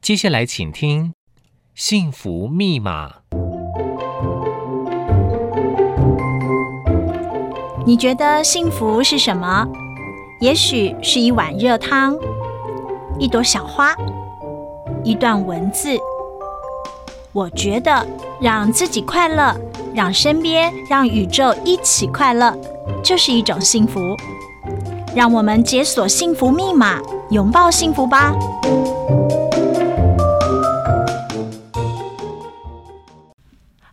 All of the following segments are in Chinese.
接下来请听《幸福密码》。你觉得幸福是什么？也许是一碗热汤，一朵小花，一段文字。我觉得让自己快乐，让身边、让宇宙一起快乐，就是一种幸福。让我们解锁幸福密码，拥抱幸福吧！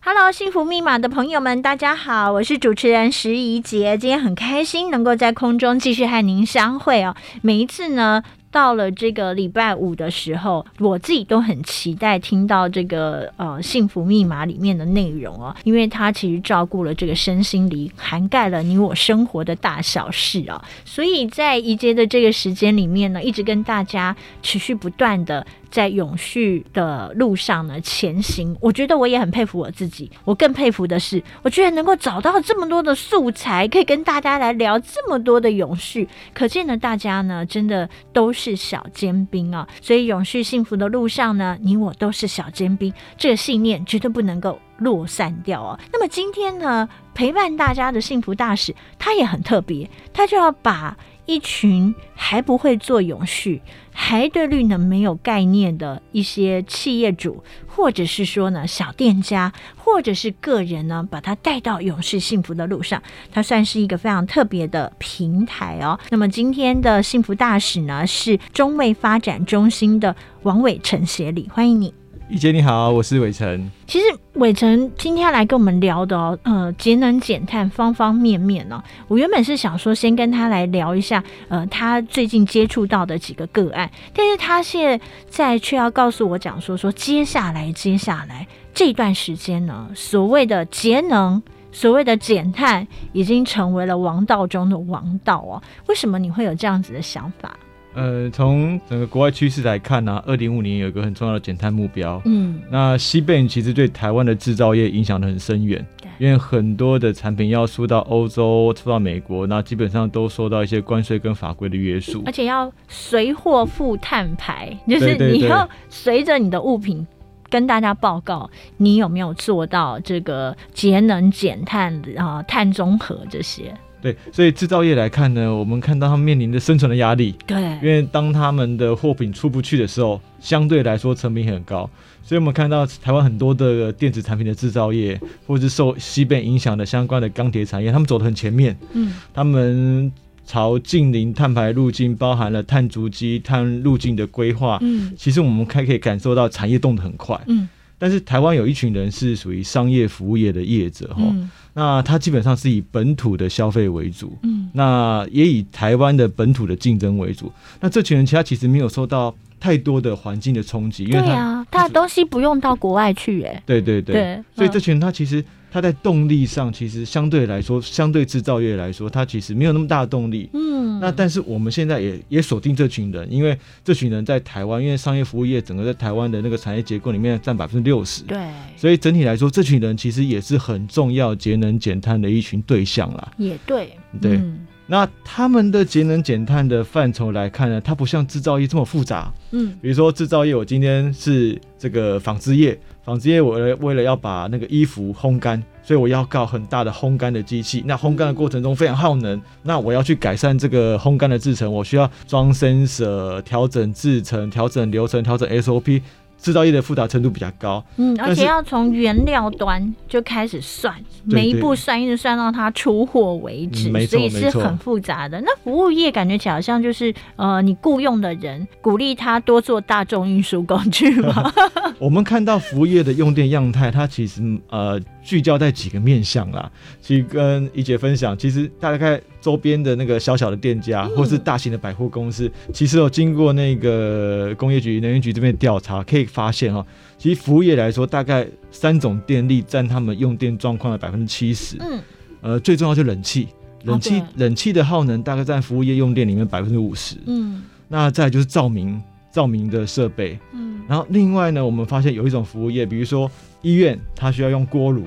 Hello，幸福密码的朋友们，大家好，我是主持人石怡杰。今天很开心能够在空中继续和您相会哦。每一次呢，到了这个礼拜五的时候，我自己都很期待听到这个呃幸福密码里面的内容哦，因为它其实照顾了这个身心灵，涵盖了你我生活的大小事哦。所以在怡杰的这个时间里面呢，一直跟大家持续不断的在永续的路上呢前行。我觉得我也很佩服我自己，我更佩服的是，我居然能够找到这么多的素材，可以跟大家来聊这么多的永续。可见呢，大家呢真的都是小尖兵啊，所以永续幸福的路上呢，你我都是小尖兵，这个信念绝对不能够。落散掉哦。那么今天呢，陪伴大家的幸福大使，他也很特别，他就要把一群还不会做永续、还对绿能没有概念的一些企业主，或者是说呢小店家，或者是个人呢，把他带到永续幸福的路上。它算是一个非常特别的平台哦。那么今天的幸福大使呢，是中卫发展中心的王伟成协理，欢迎你。一姐你好，我是伟成。其实伟成今天要来跟我们聊的哦，呃，节能减碳方方面面哦。我原本是想说先跟他来聊一下，呃，他最近接触到的几个个案，但是他现在却要告诉我讲说，说接下来接下来这段时间呢，所谓的节能。所谓的减碳已经成为了王道中的王道哦，为什么你会有这样子的想法？呃，从整个国外趋势来看呢、啊，二零五零有一个很重要的减碳目标。嗯，那西贝其实对台湾的制造业影响得很深远对，因为很多的产品要输到欧洲、输到美国，那基本上都受到一些关税跟法规的约束而。且要随货付碳排，就是对对你对要随着你的物品跟大家报告你有没有做到这个节能减碳啊、呃碳中和这些。对，所以制造业来看呢，我们看到他们面临的生存的压力，因对，为当他们的货品出不去的时候，相对来说成本很高，所以我们看到台湾很多的电子产品的制造业，或是受西贝影响的相关的钢铁产业，他们走得很前面，嗯，他们朝近零碳排路径，包含了碳足迹、碳路径的规划。嗯其实我们还可以感受到产业动得很快，嗯但是台湾有一群人是属于商业服务业的业者哈、嗯那他基本上是以本土的消费为主，嗯那也以台湾的本土的竞争为主。那这群人其实他其实没有受到太多的环境的冲击，因对为他啊，他的东西不用到国外去、哎，对对对，对所以嗯这群人他其实他在动力上其实相对来说，相对制造业来说，他其实没有那么大的动力。嗯，那但是我们现在也也锁定这群人，因为这群人在台湾，因为商业服务业整个在台湾的那个产业结构里面占百分之六十，对，所以整体来说，这群人其实也是很重要节能减碳的一群对象啦。也对，对嗯那他们的节能减碳的范畴来看呢，它不像制造业这么复杂。嗯比如说制造业，我今天是这个纺织业，纺织业我为了为了要把那个衣服烘干，所以我要搞很大的烘干的机器。那烘干的过程中非常耗能，那我要去改善这个烘干的制程，我需要装 sensor 调整制程、调整流程、调整 SOP。制造业的复杂程度比较高，嗯，而但且是要从原料端就开始算，对每一对步算，一直算到它出货为止，嗯没所错以是没错很复杂的。那服务业感觉起来好像就是呃，你雇佣的人鼓励他多做大众运输工具 嘛，我们看到服务业的用电样态，它其实呃聚焦在几个面向啦。其实跟怡姐分享，其实大概周边的那个小小的店家，嗯或是大型的百货公司，其实有经过那个工业局、能源局这边的调查，可以发现哦，其实服务业来说，大概三种电力占他们用电状况的百分之七十。嗯，呃，最重要就是冷气，冷气、哦冷气的耗能大概占服务业用电里面百分之五十。嗯那再来就是照明，照明的设备。嗯然后另外呢，我们发现有一种服务业，比如说医院，它需要用锅炉，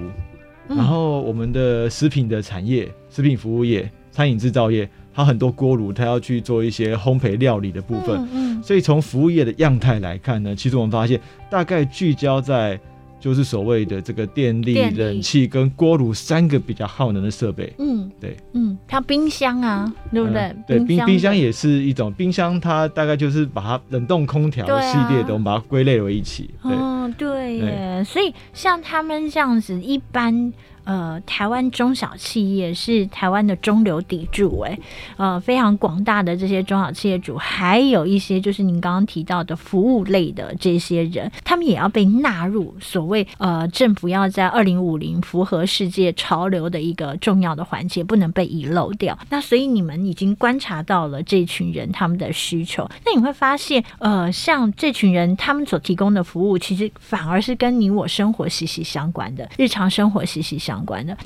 嗯然后我们的食品的产业、食品服务业、餐饮制造业，它很多锅炉，它要去做一些烘焙料理的部分。嗯所以从服务业的样态来看呢，其实我们发现大概聚焦在就是所谓的这个电力、电力冷气跟锅炉三个比较耗能的设备。嗯，对，嗯，它冰箱啊，对不对嗯？对，冰冰冰箱也是一种，冰箱它大概就是把它冷冻空调对系啊列的，我们把它归类为一起。对，哦，对对耶，所以像他们这样子，一般呃，台湾中小企业是台湾的中流砥柱，哎，呃，非常广大的这些中小企业主，还有一些就是您刚刚提到的服务类的这些人，他们也要被纳入所谓呃，政府要在二零五零符合世界潮流的一个重要的环节，不能被遗漏掉。那所以你们已经观察到了这群人他们的需求，那你会发现，呃，像这群人他们所提供的服务，其实反而是跟你我生活息息相关的，日常生活息息相关的。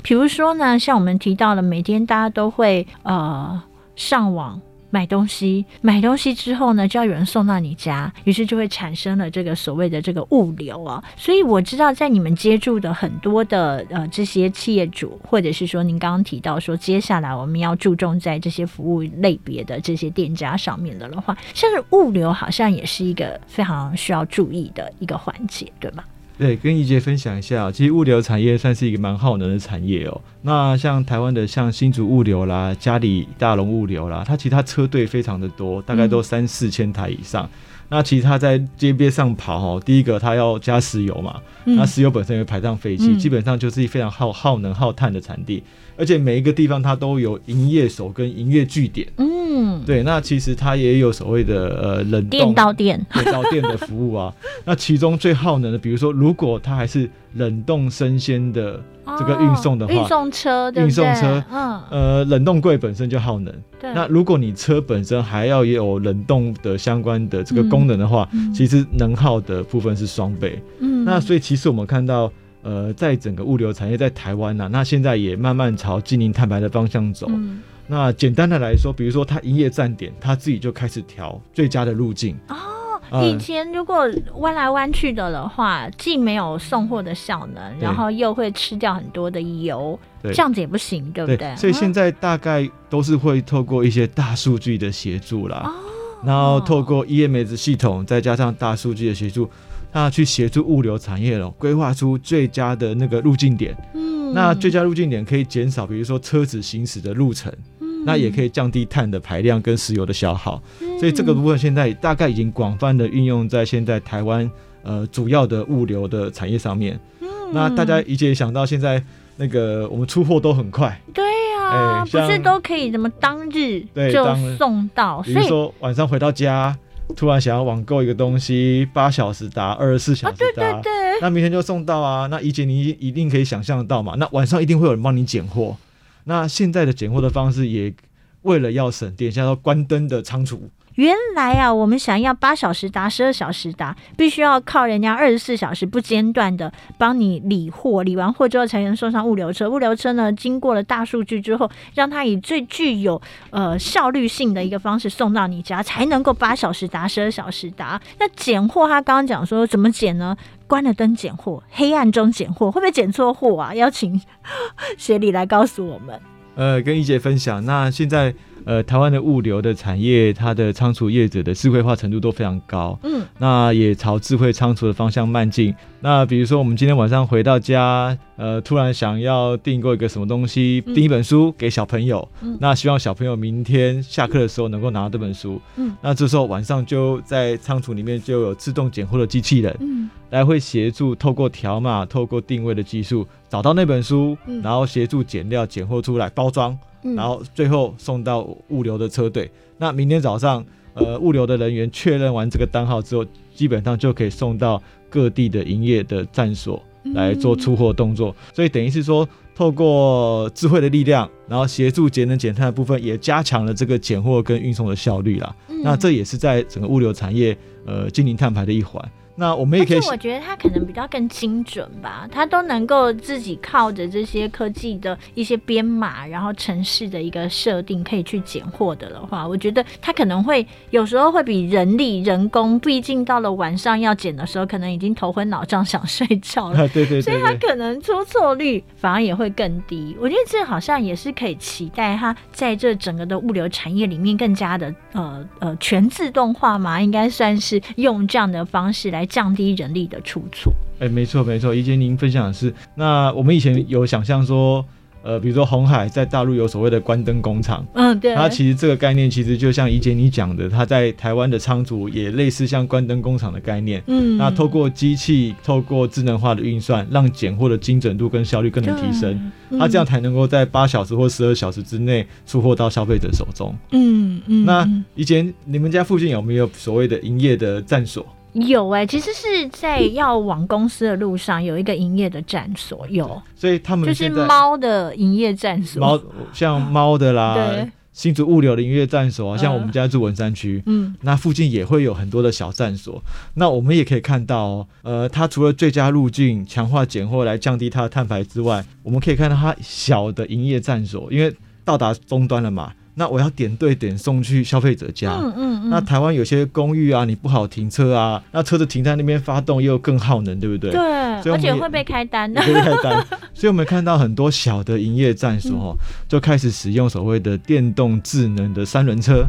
比如说呢，像我们提到了，每天大家都会呃上网。买东西，买东西之后呢，就要有人送到你家，于是就会产生了这个所谓的这个物流啊。所以我知道，在你们接触的很多的呃这些企业主，或者是说您刚刚提到说，接下来我们要注重在这些服务类别的这些店家上面的话，像是物流好像也是一个非常需要注意的一个环节，对吗？对，跟怡杰分享一下，其实物流产业算是一个蛮耗能的产业哦。那像台湾的像新竹物流啦、嘉里大龙物流啦，它其实它车队非常的多，大概嗯都三四千台以上。那其实它在街边上跑哦，第一个它要加石油嘛，那石油本身也会排放废气，嗯基本上就是非常耗耗能耗碳的产地，而且每一个地方它都有营业所跟营业据点。嗯，对，那其实它也有所谓的呃冷店冻到店，轨道店的服务啊。 那其中最耗能的，比如说，如果它还是冷冻生鲜的，这个运送的话哦运送车，对不对运送车嗯，呃，冷冻柜本身就耗能。对，那如果你车本身还要也有冷冻的相关的这个功能的话，嗯嗯其实能耗的部分是双倍。嗯，那所以其实我们看到。呃，在整个物流产业在台湾呐、那现在也慢慢朝近零碳排的方向走。嗯那简单的来说，比如说它营业站点，它自己就开始调最佳的路径。哦以前如果弯来弯去的的话，既没有送货的效能，对然后又会吃掉很多的油，对这样子也不行，对不对？嗯所以现在在大概都是会透过一些大数据的协助哦啦，然后透过 EMS 系统，再加上大数据的协助，那去协助物流产业了，规划出最佳的那个路径点。嗯那最佳路径点可以减少，比如说车子行驶的路程，嗯那也可以降低碳的排量跟石油的消耗。所以这个部分现在大概已经广泛的运用在现在台湾呃主要的物流的产业上面。嗯那大家一也想到现在那个我们出货都很快。对啊，哎不是像都可以怎么当日对就当日送到？比哦所以啊如说晚上回到家，突然想要网购一个东西，八小时达，二十四小啊，时对达，对对，那明天就送到啊。那怡姐你一定可以想象得到嘛，那晚上一定会有人帮你拣货。那现在的拣货的方式也为了要省电，现在要关灯的仓储，原来啊，我们想要八小时达、十二小时达，必须要靠人家二十四小时不间断的帮你理货，理完货之后才能送上物流车。物流车呢，经过了大数据之后，让它以最具有呃效率性的一个方式送到你家，才能够八小时达、十二小时达。那拣货，他刚刚讲说怎么拣呢？关了灯拣货，黑暗中拣货，会不会拣错货啊？邀请 协理来告诉我们。呃，跟怡姐分享。那现在呃，台湾的物流的产业，它的仓储业者的智慧化程度都非常高。嗯，那也朝智慧仓储的方向迈进。那比如说，我们今天晚上回到家，呃，突然想要订购一个什么东西，嗯订一本书给小朋友，嗯那希望小朋友明天下课的时候能够拿到这本书。嗯，那这时候晚上就在仓储里面就有自动拣货的机器人，嗯，来会协助透过条码、透过定位的技术找到那本书，嗯然后协助减料、拣货出来包装。嗯然后最后送到物流的车队。那明天早上，呃，物流的人员确认完这个单号之后，基本上就可以送到各地的营业的站所嗯来做出货动作。所以等于是说，透过智慧的力量，然后协助节能减碳的部分，也加强了这个拣货跟运送的效率啦。嗯那这也是在整个物流产业，呃，近零碳排的一环。那我们也而可且以我觉得它可能比较更精准吧，它都能够自己靠着这些科技的一些编码，然后城市的一个设定可以去拣货的的话，我觉得它可能会有时候会比人力人工，毕竟到了晚上要剪的时候，可能已经头昏脑胀想睡觉了。啊， 对对对所以它对，可能出错率反而也会更低，我觉得这好像也是可以期待它在这整个的物流产业里面更加的呃呃全自动化嘛，应该算是用这样的方式来降低人力的出错。哎，没错没错，怡杰您分享的是，那我们以前有想象说，呃，比如说红海在大陆有所谓的关灯工厂，嗯，对。它其实这个概念其实就像怡杰你讲的，它在台湾的仓储也类似像关灯工厂的概念。嗯，那透过机器，透过智能化的运算，让拣货的精准度跟效率更能提升，对，嗯它这样才能够在八小时或十二小时之内出货到消费者手中。嗯，嗯嗯，那以前你们家附近有没有所谓的营业的站所？有哎、其实是在要往公司的路上有一个营业的站所，有所以他嗯们就是现在猫的营业站所，猫像猫的啦对，新竹物流的营业站所啊，像嗯我们家住文山区。嗯那附近也会有很多的小站所，那我们也可以看到、哦，呃，它除了最佳路径强化拣货来降低它的碳排之外，我们可以看到它小的营业站所，因为到达终端了嘛，那我要点对点送去消费者家，嗯嗯那嗯，台湾有些公寓啊，你不好停车啊，那车子停在那边发动又更耗能，对不对？所以对，我而们且也会被开 单的也，不会太单。所以我们看到很多小的营业站嗯所、哦，就开始使用所谓的电动智能的三轮车，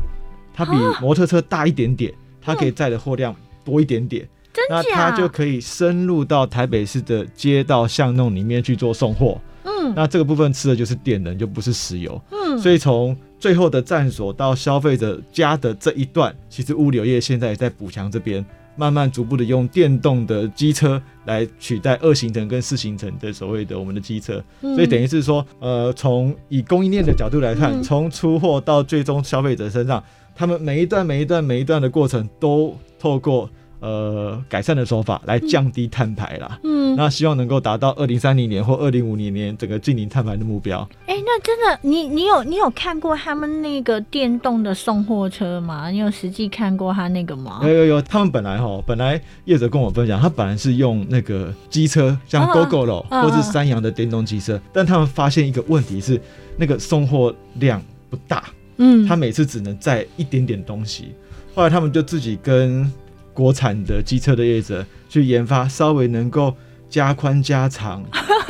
它比啊摩托车大一点点，它可以载的货量多一点点， 嗯真啊那假？它就可以深入到台北市的街道巷弄里面去做送货。嗯那这个部分吃的就是电能，就不是石油。嗯，所以从最后的站所到消费者家的这一段，其实物流业现在也在补强这边，慢慢逐步的用电动的机车来取代二行程跟四行程的所谓的我们的机车，嗯所以等于是说，呃，从以供应链的角度来看，嗯从出货到最终消费者身上，他们每一段每一段每一段的过程都透过呃改善的手法来降低碳排啦。嗯，那希望能够达到二零三零年或二零五零年整个近零碳排的目标。哎、那真的，你你有你有看过他们那个电动的送货车吗？你有实际看过他那个吗？有有有，他们本来哈，本来业者跟我分享，他本来是用那个机车，像嗯 GoGo 嗯或是三洋的电动机车，但他们发现一个问题是，那个送货量不大，嗯，他每次只能载一点点东西。后来他们就自己跟国产的机车的业者去研发，稍微能够加宽加长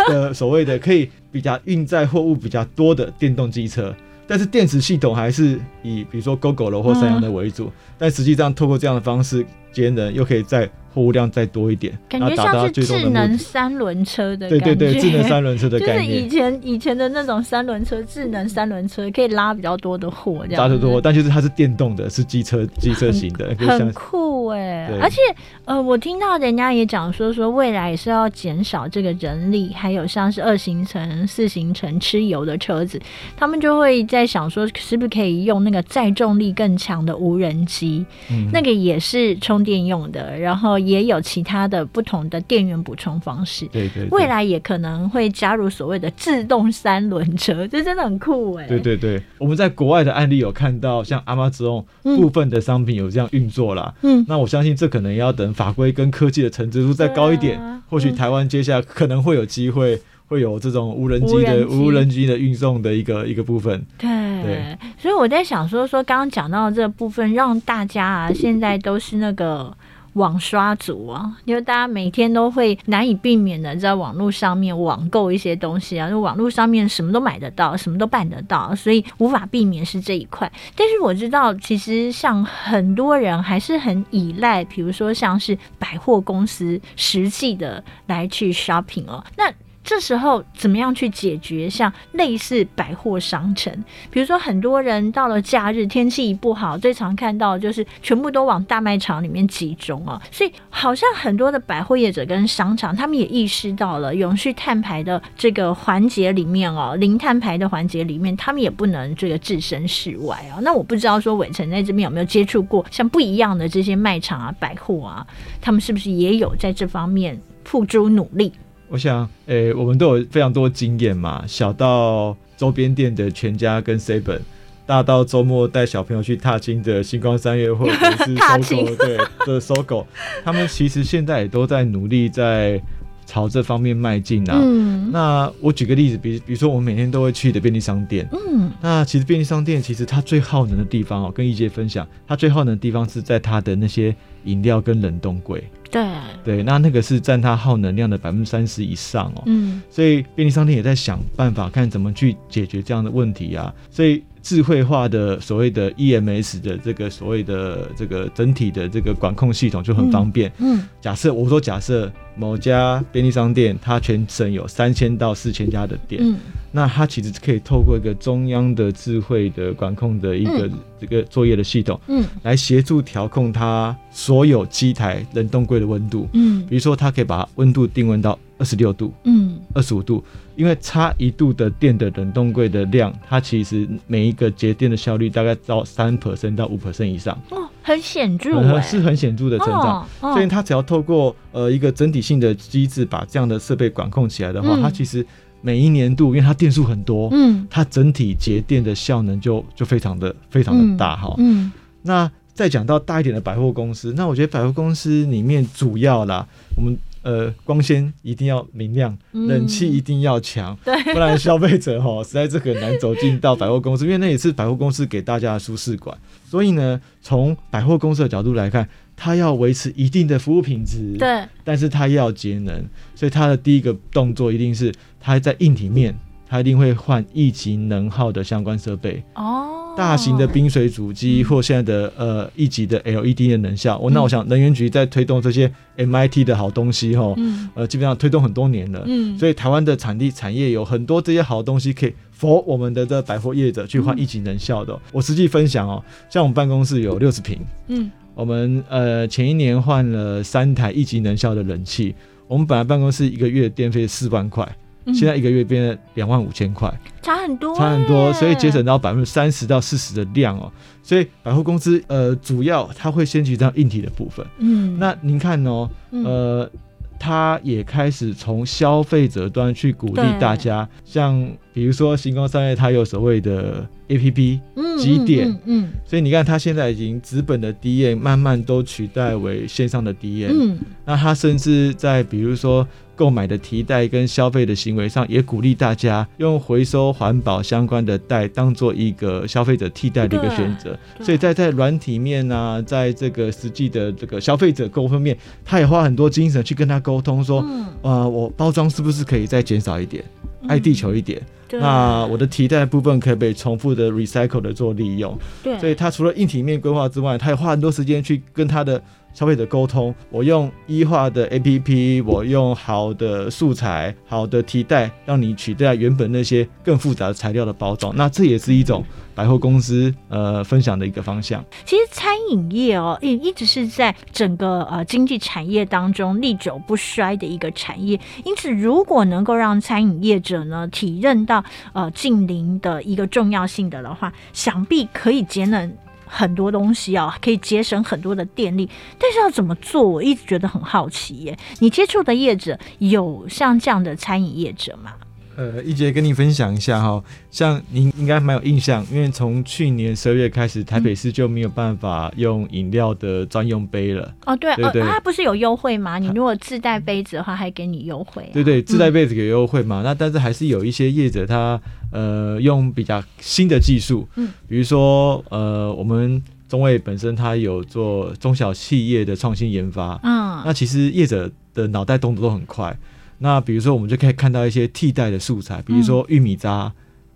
的所谓的可以比较运载货物比较多的电动机车。但是电池系统还是以比如说 GoGo 楼或三洋的为主，但实际上透过这样的方式节能，又可以在货物量再多一点，感然觉后达到像是最终智的目能的。三轮车的对感对觉，对，智能三轮车 的就概是以念，前以前的那种三轮车，智能三轮车可以拉比较多的货，这样大得子多，但就是它是电动的，是机车机车型的，可以很想酷哎、对而且呃，我听到人家也讲说，说未来也是要减少这个人力，还有像是二行程、四行程吃油的车子，他们就会在想说，是不是可以用那个载重力更强的无人机，嗯那个也是充电用的，然后也有其他的不同的电源补充方式。对对，对未来也可能会加入所谓的自动三轮车，这真的很酷哎、对对对，我们在国外的案例有看到，像 Amazon 嗯部分的商品有这样运作啦。嗯那我相信这可能要等法规跟科技的成知度再高一点，对啊或许台湾接下来可能会有机会。会有这种无人机的无人机无人机的运送的一个一个部分，对，对所以我在想说，说刚刚讲到的这部分，让大家啊，现在都是那个。网刷族啊，因为大家每天都会难以避免的在网络上面网购一些东西啊，就网络上面什么都买得到，什么都办得到，所以无法避免是这一块。但是我知道，其实像很多人还是很依赖，比如说像是百货公司实际的来去 shopping 哦。那这时候怎么样去解决像类似百货商城？比如说，很多人到了假日，天气一不好，最常看到的就是全部都往大卖场里面集中啊。所以，好像很多的百货业者跟商场，他们也意识到了永续碳排的这个环节里面哦，零碳排的环节里面，他们也不能这个置身事外啊。那我不知道说伟成在这边有没有接触过像不一样的这些卖场啊、百货啊，他们是不是也有在这方面付诸努力？我想，诶、我们都有非常多经验嘛，小到周边店的全家跟 seven，大到周末带小朋友去踏青的星光三月或者 是踏搜狗青对的搜 狗，他们其实现在也都在努力在朝这方面迈进啊。嗯那我举个例子，比比如说我们每天都会去的便利商店，嗯那其实便利商店其实它最耗能的地方哦，跟业界分享，它最耗能的地方是在它的那些饮料跟冷冻柜，对，对，那那个是占它耗能量的百分之三十以上哦。嗯所以便利商店也在想办法，看怎么去解决这样的问题啊。所以智慧化的所谓的 EMS 的这个所谓的这个整体的这个管控系统就很方便。嗯假设我说假设某家便利商店，它全省有三千到四千家的店，嗯那它其实可以透过一个中央的智慧的管控的一个这个作业的系统，嗯来协助调控它所有机台冷冻柜的温度。嗯比如说，它可以把温度定温到二十六度，嗯二十五度，因为差一度的电的冷冻柜的量，它其实每一个节电的效率大概到三 percent 到五 percent 以上，哦，很显著呃哎，是很显著的成长。哦哦所以它只要透过呃一个整体性的机制把这样的设备管控起来的话，嗯它其实每一年度，因为它电数很多，嗯它整体节电的效能就就非常的非常的大哈。嗯那再讲到大一点的百货公司，那我觉得百货公司里面主要啦，我们呃光纤一定要明亮，嗯冷气一定要强，不然消费者哈实在是很难走进到百货公司，因为那也是百货公司给大家的舒适馆。所以呢，从百货公司的角度来看，它要维持一定的服务品质，对但是它要节能，所以它的第一个动作一定是它在硬体面，它一定会换一级能耗的相关设备。哦，嗯大型的冰水主机或现在的呃一级的 LED 的能效，我、那我想能源局在推动这些 MIT 的好东西哈，嗯呃，基本上推动很多年了，嗯所以台湾的产地产业有很多这些好东西可以 for 我们的这百货业者去换一级能效的哦、我实际分享哦，像我们办公室有六十平，嗯我们呃前一年换了三台一级能效的冷气，我们本来办公室一个月电费四万块，嗯现在一个月变两万五千块。差很多差很多，哎所以节省到百分之三十到四十的量哦。所以百货公司呃，主要它会先取到硬体的部分。嗯那您看哦，嗯呃，它也开始从消费者端去鼓励对大家，像比如说星光商业，它有所谓的 APP，嗯几点嗯嗯所以你看它现在已经资本的 DA 慢慢都取代为线上的 DA，、嗯嗯那它甚至在比如说购买的提袋跟消费的行为上，也鼓励大家用回收环保相关的袋当做一个消费者替代的一个选择。对所以在在软体面啊，在这个实际的这个消费者沟通面，他也花很多精神去跟他沟通说，嗯呃，我包装是不是可以再减少一点，爱地球一点？对那我的提袋部分可不可以重复的 recycle 的做利用？对所以他除了硬体面规划之外，他也花很多时间去跟他的消费者沟通。我用一化的 APP，我用好的素材、好的替代，让你取代原本那些更复杂的材料的包装。那这也是一种百货公司呃分享的一个方向。其实餐饮业哦，也一直是在整个呃经济产业当中历久不衰的一个产业。因此，如果能够让餐饮业者呢体认到呃近邻的一个重要性的的话，想必可以节能。很多东西哦，可以节省很多的电力，但是要怎么做，我一直觉得很好奇耶。你接触的业者有像这样的餐饮业者吗？呃，一杰跟你分享一下哈，像您应该蛮有印象，因为从去年十二月开始，台北市就没有办法用饮料的专用杯了。哦，对，对对哦，他、不是有优惠吗？你如果自带杯子的话，还给你优惠、啊。对对，自带杯子有优惠嘛？那但是还是有一些业者他呃用比较新的技术，嗯，比如说呃我们中卫本身它有做中小企业的创新研发，嗯，那其实业者的脑袋动作都很快。那比如说我们就可以看到一些替代的素材，比如嗯说玉米渣、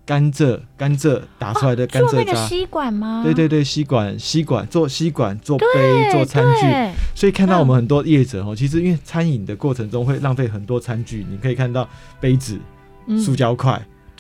甘蔗、甘蔗打出来的甘哦做蔗那个渣。吸管吗？对对对，吸管、吸管做吸管、做杯、对，做餐具，对所以看到我们很多业者哦，其实因为餐饮的过程中会浪费很多餐具，你可以看到杯子、嗯塑胶块、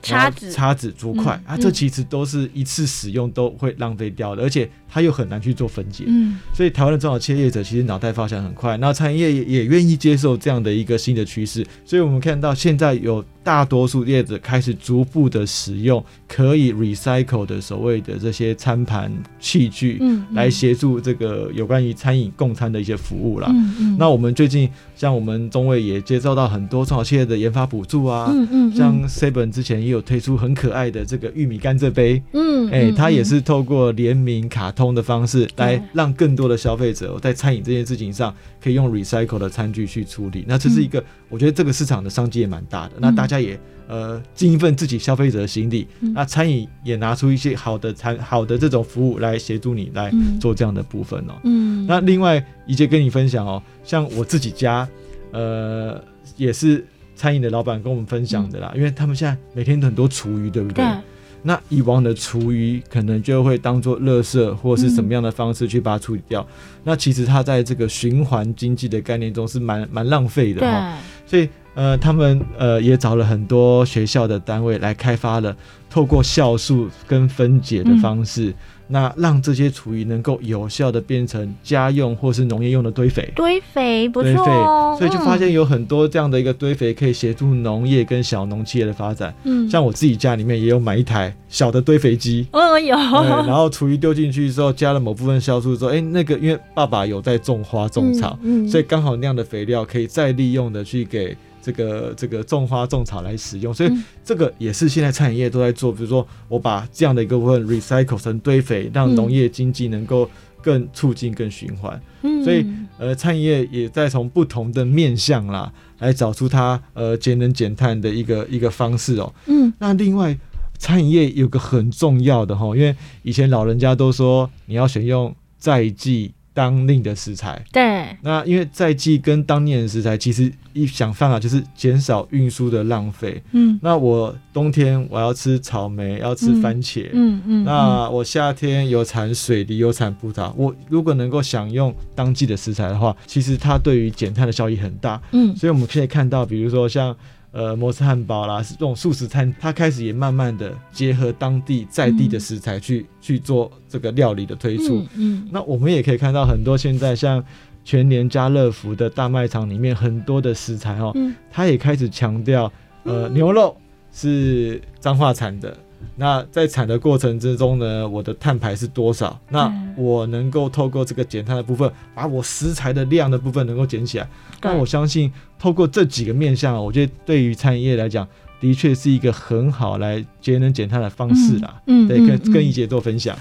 然叉后子叉子、竹筷、嗯啊，嗯这其实都是一次使用都会浪费掉的，而且它又很难去做分解。嗯所以台湾的中小企业业者其实脑袋发展很快，那餐饮业也也愿意接受这样的一个新的趋势，所以我们看到现在有大多数业者开始逐步的使用可以 recycle 的所谓的这些餐盘器具，嗯嗯来协助这个有关于餐饮共餐的一些服务啦。嗯嗯，那我们最近像我们中卫也接受到很多中小企业的研发补助啊，嗯嗯嗯像 Seven 之前也有推出很可爱的这个玉米甘蔗杯，嗯，哎、嗯它也嗯是透过联名卡通的方式来对让更多的消费者在餐饮这件事情上可以用 recycle 的餐具去处理。那这嗯是一个，我觉得这个市场的商机也蛮大的。那大家也呃尽一份自己消费者的心力，嗯那餐饮也拿出一些好的餐好的这种服务来协助你来嗯做这样的部分哦。嗯，那另外，怡杰跟你分享哦，像我自己家，呃，也是餐饮的老板跟我们分享的啦，因为他们现在每天都很多厨余，对不对？嗯对，那以往的厨余可能就会当做垃圾或是什么样的方式去把它处理掉。嗯那其实它在这个循环经济的概念中是蛮蛮浪费的对哈、，所以呃，他们呃也找了很多学校的单位来开发了，透过酵素跟分解的方式，嗯那让这些厨余能够有效的变成家用或是农业用的堆肥。堆肥不堆错肥哦，，所以就发嗯现有很多这样的一个堆肥可以协助农业跟小农企业的发展。嗯，像我自己家里面也有买一台小的堆 肥机，嗯有，对，哎然后厨余丢进去之后，加了某部分酵素之后，哎，那个因为爸爸有在种花种草，嗯嗯所以刚好那样的肥料可以再利用的去给这个这个种花种草来使用，所以嗯这个也是现在餐饮业都在做，比如说我把这样的一个部分 recycle 成堆肥，让嗯农业经济能够更促进、更循环。嗯所以呃，餐饮业也在从不同的面向啦，来找出它呃节能减碳的一个一个方式哦。嗯那另外，餐饮业有个很重要的哈，因为以前老人家都说你要选用在季当令的食材。对，那因为在季跟当年的食材，其实一想办法就是减少运输的浪费。嗯那我冬天我要吃草莓，要吃嗯番茄。嗯嗯，那我夏天有产水梨，有产葡萄。我如果能够享用当季的食材的话，其实它对于减碳的效益很大。嗯所以我们可以看到，比如说像呃摩斯汉堡啦，是这种素食餐，它开始也慢慢的结合当地在地的食材去、去做这个料理的推出。嗯嗯那我们也可以看到很多现在像全年家乐福的大卖场里面很多的食材哦，嗯它也开始强调，呃，牛肉是彰化产的。那在产的过程之中呢，我的碳排是多少？那嗯我能够透过这个减碳的部分，把我食材的量的部分能够减起来。对那我相信，透过这几个面向啊，我觉得对于餐饮业来讲，的确是一个很好来节能减碳的方式啦。嗯嗯对，嗯跟嗯跟怡姐做分享。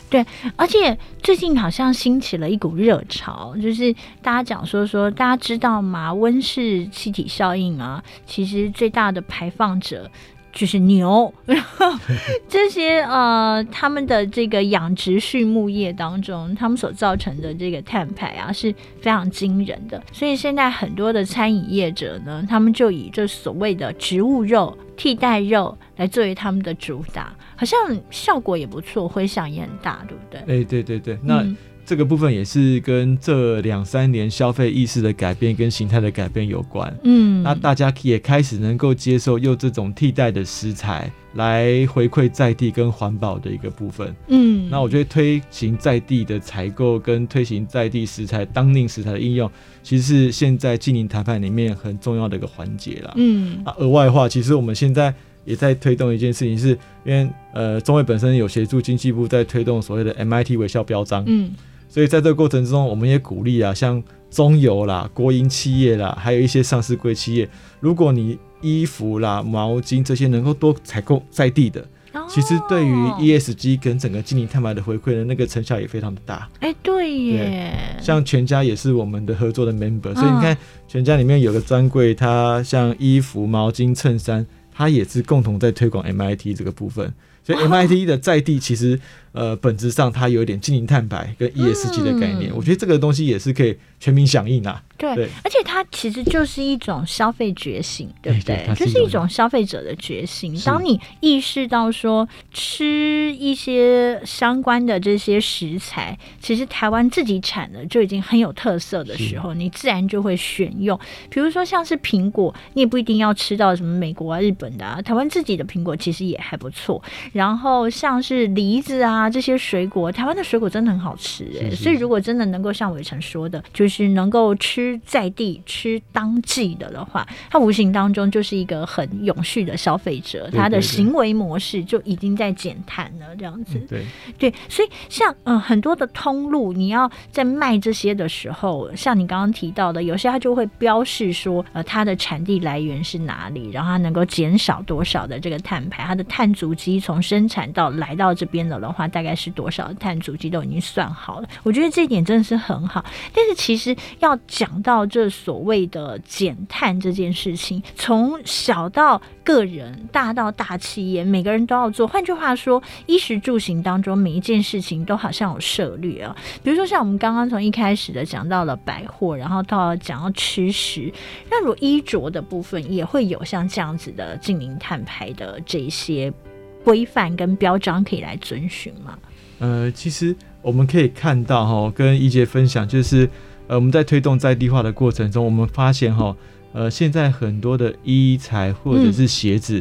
而且最近好像兴起了一股热潮，就是大家讲说说，大家知道吗？温室气体效应啊，其实最大的排放者。就是牛， 然后这些呃，他们的这个养殖畜牧业当中，他们所造成的这个碳排啊是非常惊人的。所以现在很多的餐饮业者呢，他们就以这所谓的植物肉替代肉来作为他们的主打，好像效果也不错，回响也很大，对不对？哎、对对对，那嗯这个部分也是跟这两三年消费意识的改变跟形态的改变有关。嗯，那大家也开始能够接受用这种替代的食材来回馈在地跟环保的一个部分。嗯，那我觉得推行在地的采购跟推行在地食材当令食材的应用，其实是现在近邻谈判里面很重要的一个环节啦。嗯啊，额外的话，其实我们现在也在推动一件事情是，因为呃，中卫本身有协助经济部在推动所谓的 MIT 微笑标章，嗯所以在这个过程之中，我们也鼓励啊，像中油啦、国营企业啦，还有一些上市贵企业，如果你衣服啦、毛巾这些能够多采购在地的，哦其实对于 ESG 跟整个经营碳排的回馈的那个成效也非常的大。哎、对耶，像全家也是我们的合作的 member，、所以嗯你看全家里面有个专柜，它像衣服、毛巾、衬衫，它也是共同在推广 MIT 这个部分。所以 MIT 的在地其实，呃，本质上它有一点经营碳排跟 ESG 的概念，嗯我觉得这个东西也是可以全民响应啊。对，对哎而且它其实就是一种消费觉醒，对不对对？它就是一是一种种消费者的觉醒。是当你意识到说吃一些相关的这些食材，其实台湾自己产的就已经很有特色的时候，你自然就会选用。比如说像是苹果，你也不一定要吃到什么美国啊、日本的啊，台湾自己的苹果其实也还不错。然后像是梨子啊这些水果，台湾的水果真的很好吃哎、是是所以如果真的能够像伟成说的，就是能够吃在地、吃当季的的话，他无形当中就是一个很永续的消费者，对他的对对行为模式就已经在减碳了，这样子。嗯对，对，所以像嗯、呃很多的通路，你要在卖这些的时候，像你刚刚提到的，有些它就会标示说，呃，它的产地来源是哪里，然后它能够减少多少的这个碳排，它的碳足迹从生产到来到这边的的话，大概是多少的碳足迹都已经算好了。我觉得这一点真的是很好，但是其实要讲到这所谓的减碳这件事情，从小到个人，大到大企业，每个人都要做。换句话说，衣食住行当中，每一件事情都好像有涉略啊。比如说，像我们刚刚从一开始的讲到了百货，然后到讲到吃食，那如果衣着的部分也会有像这样子的近零碳排的这些规范跟标章可以来遵循嘛？呃，其实我们可以看到哈，跟一杰分享，就是呃我们在推动在地化的过程中，我们发现哈，呃现在很多的衣材或者是鞋子，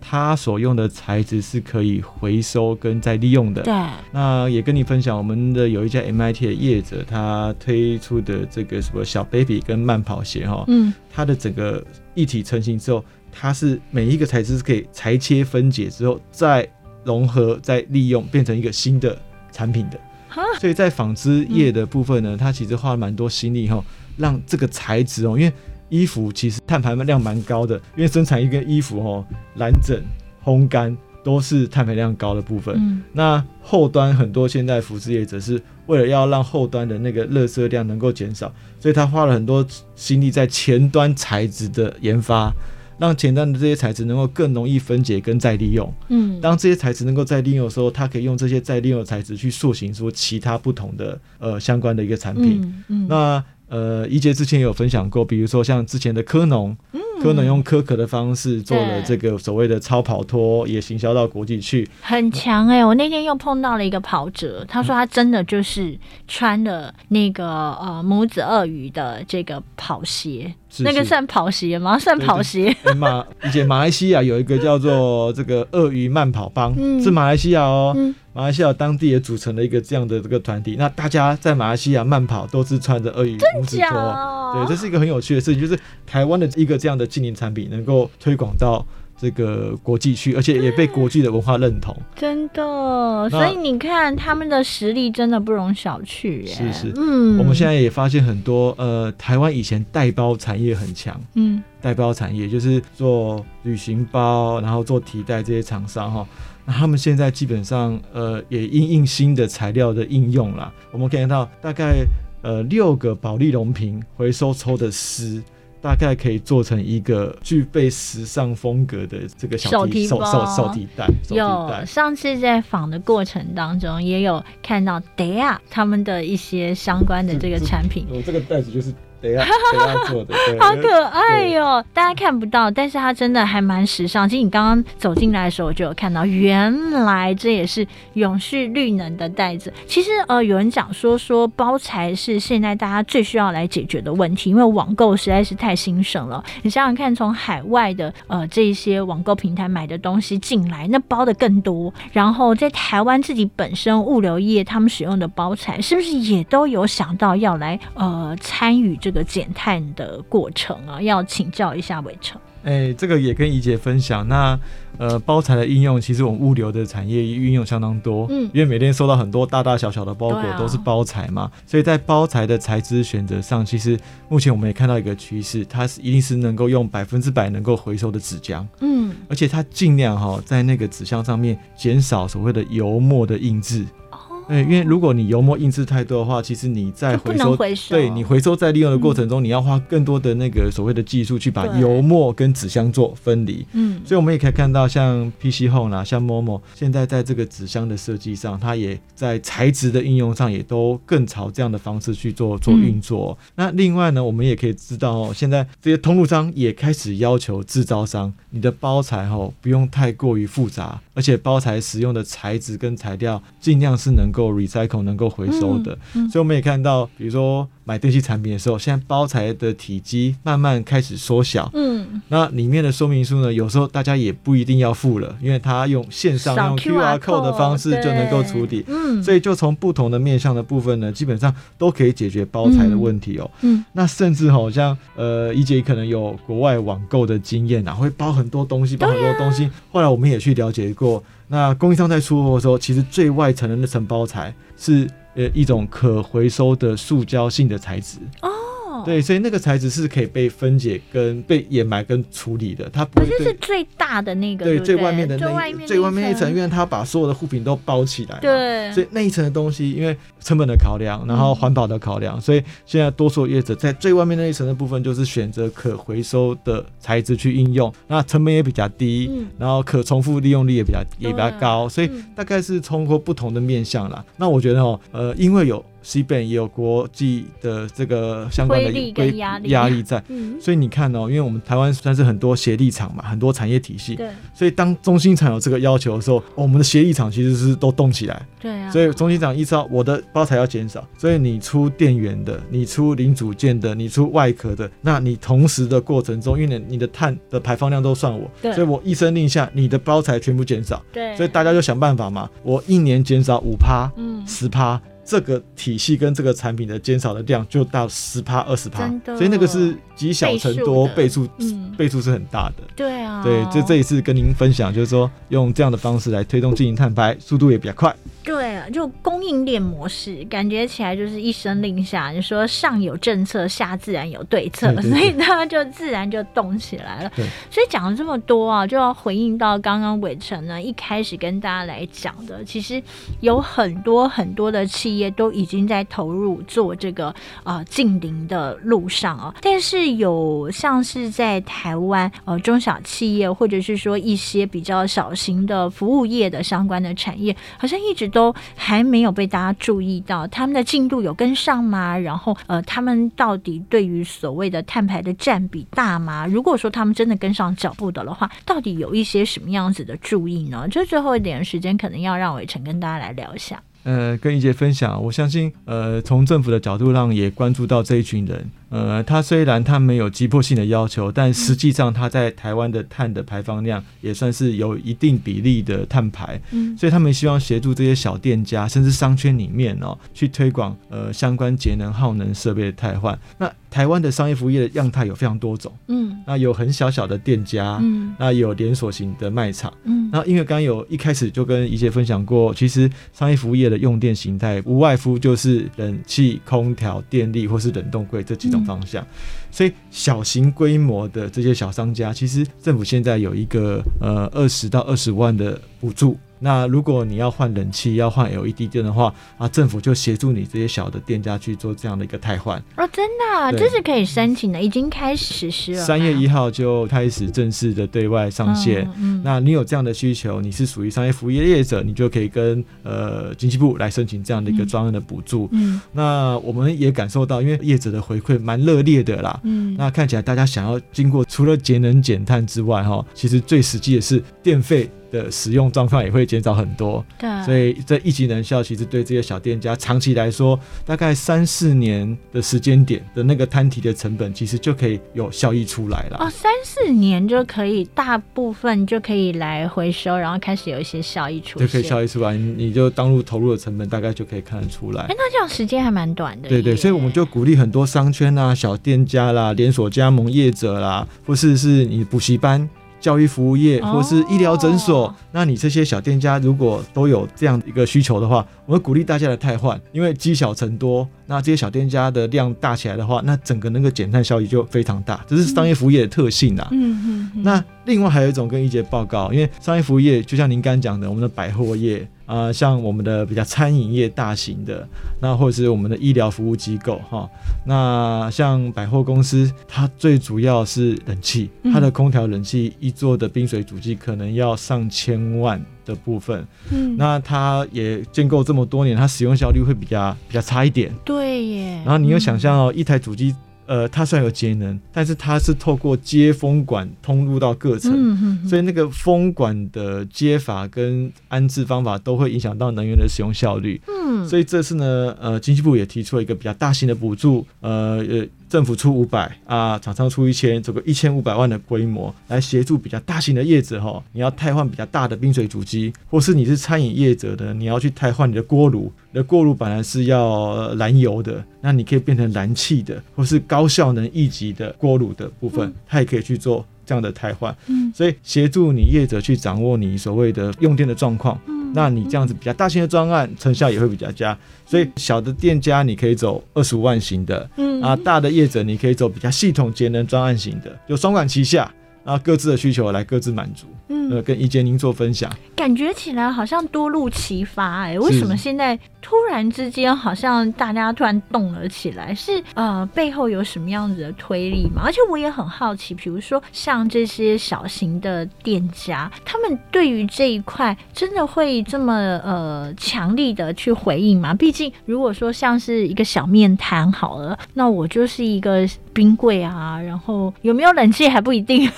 它所用的材质是可以回收跟再利用的。对，那也跟你分享，我们的有一家 MIT 的业者，他推出的这个什么小 baby 跟慢跑鞋哈，嗯，它的整个一体成型之后，它是每一个材质是可以裁切分解之后再融合、再利用，变成一个新的产品的哈。所以在纺织业的部分呢，它其实花了蛮多心力哈，让这个材质哦，因为衣服其实碳排量蛮高的，因为生产一个衣服哦，染整、烘干都是碳排量高的部分。嗯，那后端很多现代服饰业者是为了要让后端的那个热色量能够减少，所以他花了很多心力在前端材质的研发，让前端的这些材质能够更容易分解跟再利用。嗯，当这些材质能够再利用的时候，它可以用这些再利用的材质去塑形出其他不同的呃相关的一个产品。嗯嗯，那呃，怡杰之前也有分享过，比如说像之前的科农，科农用科壳的方式做了嗯对这个所谓的超跑拖，也行销到国际去。很强哎、我那天又碰到了一个跑者，他说他真的就是穿了那个呃母子鳄鱼的这个跑鞋，是那个是算跑鞋吗？ 算对跑鞋，欸马以前马来西亚有一个叫做这个鳄鱼慢跑帮，嗯是马来西亚哦，嗯马来西亚当地也组成了一个这样的这个团体。那大家在马来西亚慢跑都是穿着鳄鱼拇指假拖，啊对，这哦，是一个很有趣的事情，就是台湾的一个这样的纪念产品能够推广到这个国际去，而且也被国际的文化认同。 真的，哦所以你看他们的实力真的不容小觑、耶。是是嗯，我们现在也发现很多呃，台湾以前带包产业很强，嗯代包产业，就是做旅行包，然后做提袋这些厂商哈。那他们现在基本上呃也因应新的材料的应用啦，我们可以看到大概呃六个保利龙瓶回收抽的丝。大概可以做成一个具备时尚风格的这个小手提提手包手手提袋，手提有袋上次在访的过程当中，也有看到 d a 他们的一些相关的这个产品，我这个袋子就是等一下等一下做 的，对好可爱哟、大家看不到，但是它真的还蛮时尚。其实你刚刚走进来的时候，我就有看到，原来这也是永续绿能的袋子。其实呃，有人讲说说包材是现在大家最需要来解决的问题，因为网购实在是太兴盛了。你想想看，从海外的呃这一些网购平台买的东西进来，那包的更多，然后在台湾自己本身物流业他们使用的包材，是不是也都有想到要来呃参与这个减碳的过程啊？要请教一下伟成。哎、这个也跟怡姐分享。那呃，包材的应用，其实我们物流的产业运用相当多，嗯因为每天收到很多大大小小的包裹对啊都是包材嘛，所以在包材的材质选择上，其实目前我们也看到一个趋势，它是一定是能够用百分之百能够回收的纸浆，嗯，而且它尽量哈、在那个纸箱上面减少所谓的油墨的印制。哦，对，因为如果你油墨印制太多的话，其实你在就不回能收，回收嗯对你回收再利用的过程中，你要花更多的那个所谓的技术去把对油墨跟纸箱做分离。嗯，所以我们也可以看到，像 PC Home 啦、像 Momo，现在在这个纸箱的设计上，它也在材质的应用上也都更朝这样的方式去做做运作哦、嗯那另外呢，我们也可以知道哦，现在这些通路商也开始要求制造商，你的包材哦不用太过于复杂，而且包材使用的材质跟材料尽量是能够 recycle 能够回收的。嗯嗯所以我们也看到，比如说买电器产品的时候，现在包材的体积慢慢开始缩小，嗯，那里面的说明书呢，有时候大家也不一定要付了，因为它用线上扫用 QR QR code code 的方式就能够处理对，嗯，所以就从不同的面向的部分呢，基本上都可以解决包材的问题哦。嗯，那甚至好像呃，一姐可能有国外网购的经验啊，会包很多东西，包很多东西。后来我们也去了解过，那供应商在出货的时候，其实最外层的那层包材是呃一种可回收的塑胶性的材质。哦，对，所以那个材质是可以被分解、跟被掩埋、跟处理的，它不可会是是对最大的那个，对不最外面的最那外一面最外面那那一层，因为它把所有的护品都包起来嘛，对，所以那一层的东西，因为成本的考量，然后环保的考量，所以现在多数业者在最外面那一层的部分，就是选择可回收的材质去应用，那成本也比较低，嗯然后可重复利用率也比较也比较对高，所以嗯大概是通过不同的面向啦。那我觉得哦，呃，因为有 C b a n 也有国际的这个相关的规律规跟压力压力在。嗯，所以你看哦，因为我们台湾算是很多协力厂嘛，很多产业体系，对所以当中心厂有这个要求的时候，哦我们的协力厂其实是都动起来，对啊，所以中心长意识到我的包材要减少，所以你出电源的，你出零组件的，你出外壳的，那你同时的过程中，因为你你的碳的排放量都算我对，所以我一声令下，你的包材全部减少，对，所以大家就想办法嘛，我一年减少五趴、嗯十趴。这个体系跟这个产品的减少的量就到十趴二十趴真，的所以那个是积小成多，倍倍数数的嗯倍数是很大的。对啊，对，就这一次跟您分享，就是说用这样的方式来推动进行碳排，速度也比较快。对啊，就供应链模式，感觉起来就是一声令下，你说上有政策，下自然有对策，对对对所以大家就自然就动起来了对。所以讲了这么多啊，就要回应到刚刚伟成呢一开始跟大家来讲的，其实有很多很多的企业都已经在投入做这个呃近邻的路上啊，但是有像是在台湾呃中小企业或者是说一些比较小型的服务业的相关的产业，好像一直都还没有被大家注意到，他们的进度有跟上吗？然后呃，他们到底对于所谓的碳排的占比大吗？如果说他们真的跟上脚步的话，到底有一些什么样子的注意呢？这最后一点时间，可能要让伟成跟大家来聊一下。呃，跟一姐分享，我相信，呃，从政府的角度上也关注到这一群人。呃，他虽然他没有急迫性的要求，但实际上他在台湾的碳的排放量也算是有一定比例的碳排，嗯所以他们希望协助这些小店家，甚至商圈里面哦，去推广呃相关节能耗能设备的汰换。那台湾的商业服务业的样态有非常多种，嗯那有很小小的店家，嗯那有连锁型的卖场。嗯那因为刚刚有一开始就跟怡姐分享过，其实商业服务业的用电形态无外乎就是冷气、空调、电力或是冷冻柜这几种方向。所以小型规模的这些小商家，其实政府现在有一个呃二十到二十万的补助。那如果你要换冷气、要换 LED 灯的话，啊，政府就协助你这些小的店家去做这样的一个汰换。哦，真的、啊，对这是可以申请的，已经开始实施了吗。三月一号就开始正式的对外上线。嗯，嗯那你有这样的需求，你是属于商业服务业业者，你就可以跟呃经济部来申请这样的一个专案的补助。嗯那我们也感受到，因为业者的回馈蛮热烈的啦。嗯，那看起来大家想要经过除了节能减碳之外，哈，其实最实际的是电费的使用状况也会减少很多。对，所以这一级能效其实对这些小店家长期来说，大概三四年的时间点的那个摊提的成本，其实就可以有效益出来了。哦，三四年就可以，大部分就可以来回收，然后开始有一些效益出就现。可以效益出来，你你就当入投入的成本大概就可以看得出来哎，。那这样时间还蛮短的耶。对对，所以我们就鼓励很多商圈啊、小店家啦、连锁加盟业者啦，或是是你补习班、教育服务业，哦或是医疗诊所，那你这些小店家如果都有这样一个需求的话，我们鼓励大家来汰换，因为积小成多，那这些小店家的量大起来的话，那整个那个减碳效益就非常大，这是商业服务业的特性啊。嗯嗯，嗯那另外还有一种跟一姐报告，因为商业服务业就像您刚刚讲的，我们的百货业啊、呃像我们的比较餐饮业大型的，那或者是我们的医疗服务机构哈，那像百货公司，它最主要是冷气，嗯它的空调冷气一做的冰水主机可能要上千万的部分，嗯那它也建构嗯这么多年，它使用效率会比较比较差一点。对耶。嗯然后你又想象哦，一台主机。呃，它虽然有节能，但是它是透过接风管通入到各层，嗯嗯，所以那个风管的接法跟安置方法都会影响到能源的使用效率。嗯所以这次呢，呃，经济部也提出了一个比较大型的补助，呃呃，政府出五百啊，厂商出一千，这个一千五百万的规模来协助比较大型的业者哈，你要汰换比较大的冰水主机，或是你是餐饮业者的，你要去汰换你的锅炉，你的锅炉本来是要呃燃油的，那你可以变成燃气的，或是高效能一级的锅炉的部分，它也可以去做。这样的汰换，嗯所以协助你业者去掌握你所谓的用电的状况，嗯那你这样子比较大型的专案，成效也会比较佳。所以小的店家你可以走二十五万型的，嗯啊，大的业者你可以走比较系统节能专案型的，就双管齐下，然后各自的需求来各自满足。嗯呃，跟意见您做分享。感觉起来好像多路齐发哎、为什么现在突然之间好像大家突然动了起来？是呃背后有什么样子的推力吗？而且我也很好奇，比如说像这些小型的店家，他们对于这一块真的会这么呃强力的去回应吗？毕竟如果说像是一个小面摊好了，那我就是一个冰柜啊，然后有没有冷气还不一定。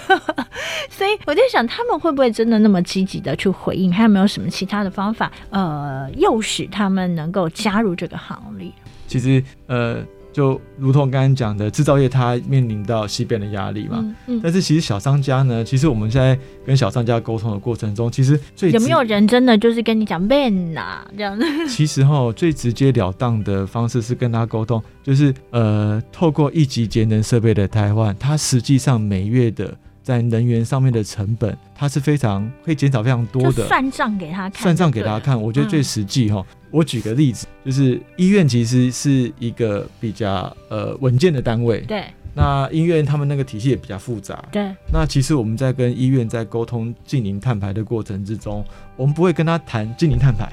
所以我在想，他们会不会真的那么积极的去回应？还有没有什么其他的方法，呃，诱使他们能够加入这个行列？其实，呃，就如同刚刚讲的，制造业它面临到西边的压力嘛。嗯嗯，但是其实小商家呢，其实我们现在跟小商家沟通的过程中，其实最有没直有人真的就是跟你讲 man 呐、这样子？其实哈，最直截了当的方式是跟他沟通，就是呃，透过一级节能设备的汰换，它实际上每月的在能源上面的成本，它是非常会减少非常多就的。算账给他看，算账给大家看，我觉得最嗯实际哈。我举个例子，就是医院其实是一个比较呃稳健的单位，对那医院他们那个体系也比较复杂，对，那其实我们在跟医院在沟通近零碳排的过程之中，我们不会跟他谈近零碳排，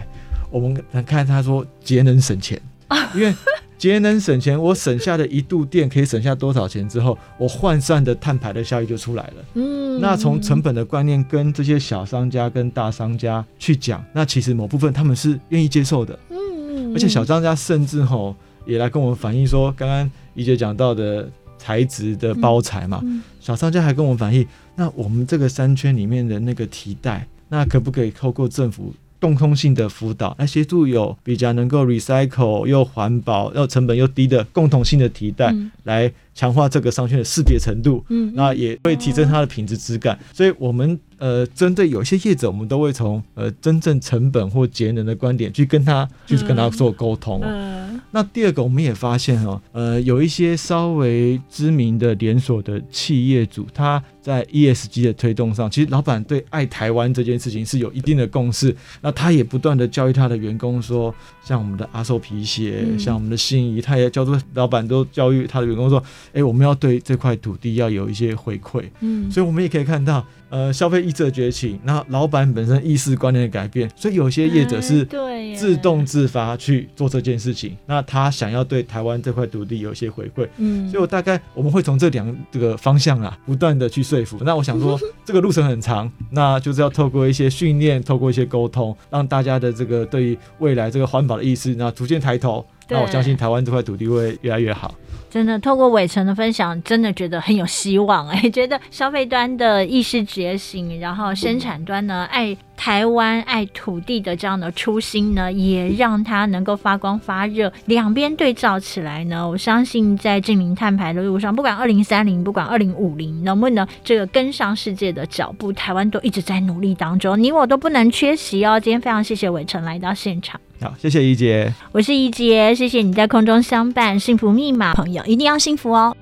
我们看看他说节能省钱，哦因为节能省钱，我省下的一度电可以省下多少钱之后，我换算的碳排的效益就出来了。嗯，那从成本的观念跟这些小商家跟大商家去讲，那其实某部分他们是愿意接受的，嗯，嗯而且小商家甚至吼也来跟我们反映说，刚刚怡姐讲到的材质的包材嘛，嗯小商家还跟我们反映，那我们这个商圈里面的那个提袋，那可不可以透过政府共通性的辅导，来协助有比较能够 recycle 又环保又成本又低的共同性的提袋，嗯来强化这个商圈的识别程度？嗯，那也会提升它的品质质感。所以，我们呃，针对有一些业者，我们都会从呃真正成本或节能的观点去跟他去跟他做沟通、哦。嗯那第二个，我们也发现哦，呃，有一些稍微知名的连锁的企业主，他在 ESG 的推动上，其实老板对爱台湾这件事情是有一定的共识。那他也不断的教育他的员工说，像我们的阿寿皮鞋，嗯像我们的心仪，他也教出老板都教育他的员工说，哎、我们要对这块土地要有一些回馈。嗯，所以我们也可以看到，呃，消费意志的崛起，那老板本身意识观念的改变，所以有些业者哎是对耶自动自发去做这件事情。那他想要对台湾这块土地有一些回馈，嗯，所以我大概我们会从这两这个方向啊，不断的去说服。那我 想说，这个路程很长，那就是要透过一些训练，透过一些沟通，让大家的这个对于未来这个环保的意识，那逐渐抬头。对那我相信台湾这块土地会越来越好。真的，透过伟成的分享，真的觉得很有希望哎、 觉得消费端的意识觉醒，然后生产端呢爱台湾、爱土地的这样的初心呢，也让它能够发光发热。两边对照起来呢，我相信在证明碳排的路上，不管二零三零，不管二零五零，能不能这个跟上世界的脚步，台湾都一直在努力当中，你我都不能缺席哦。今天非常谢谢伟成来到现场。好，谢谢怡姐。我是怡杰，谢谢你在空中相伴，幸福密码朋友一定要幸福哦。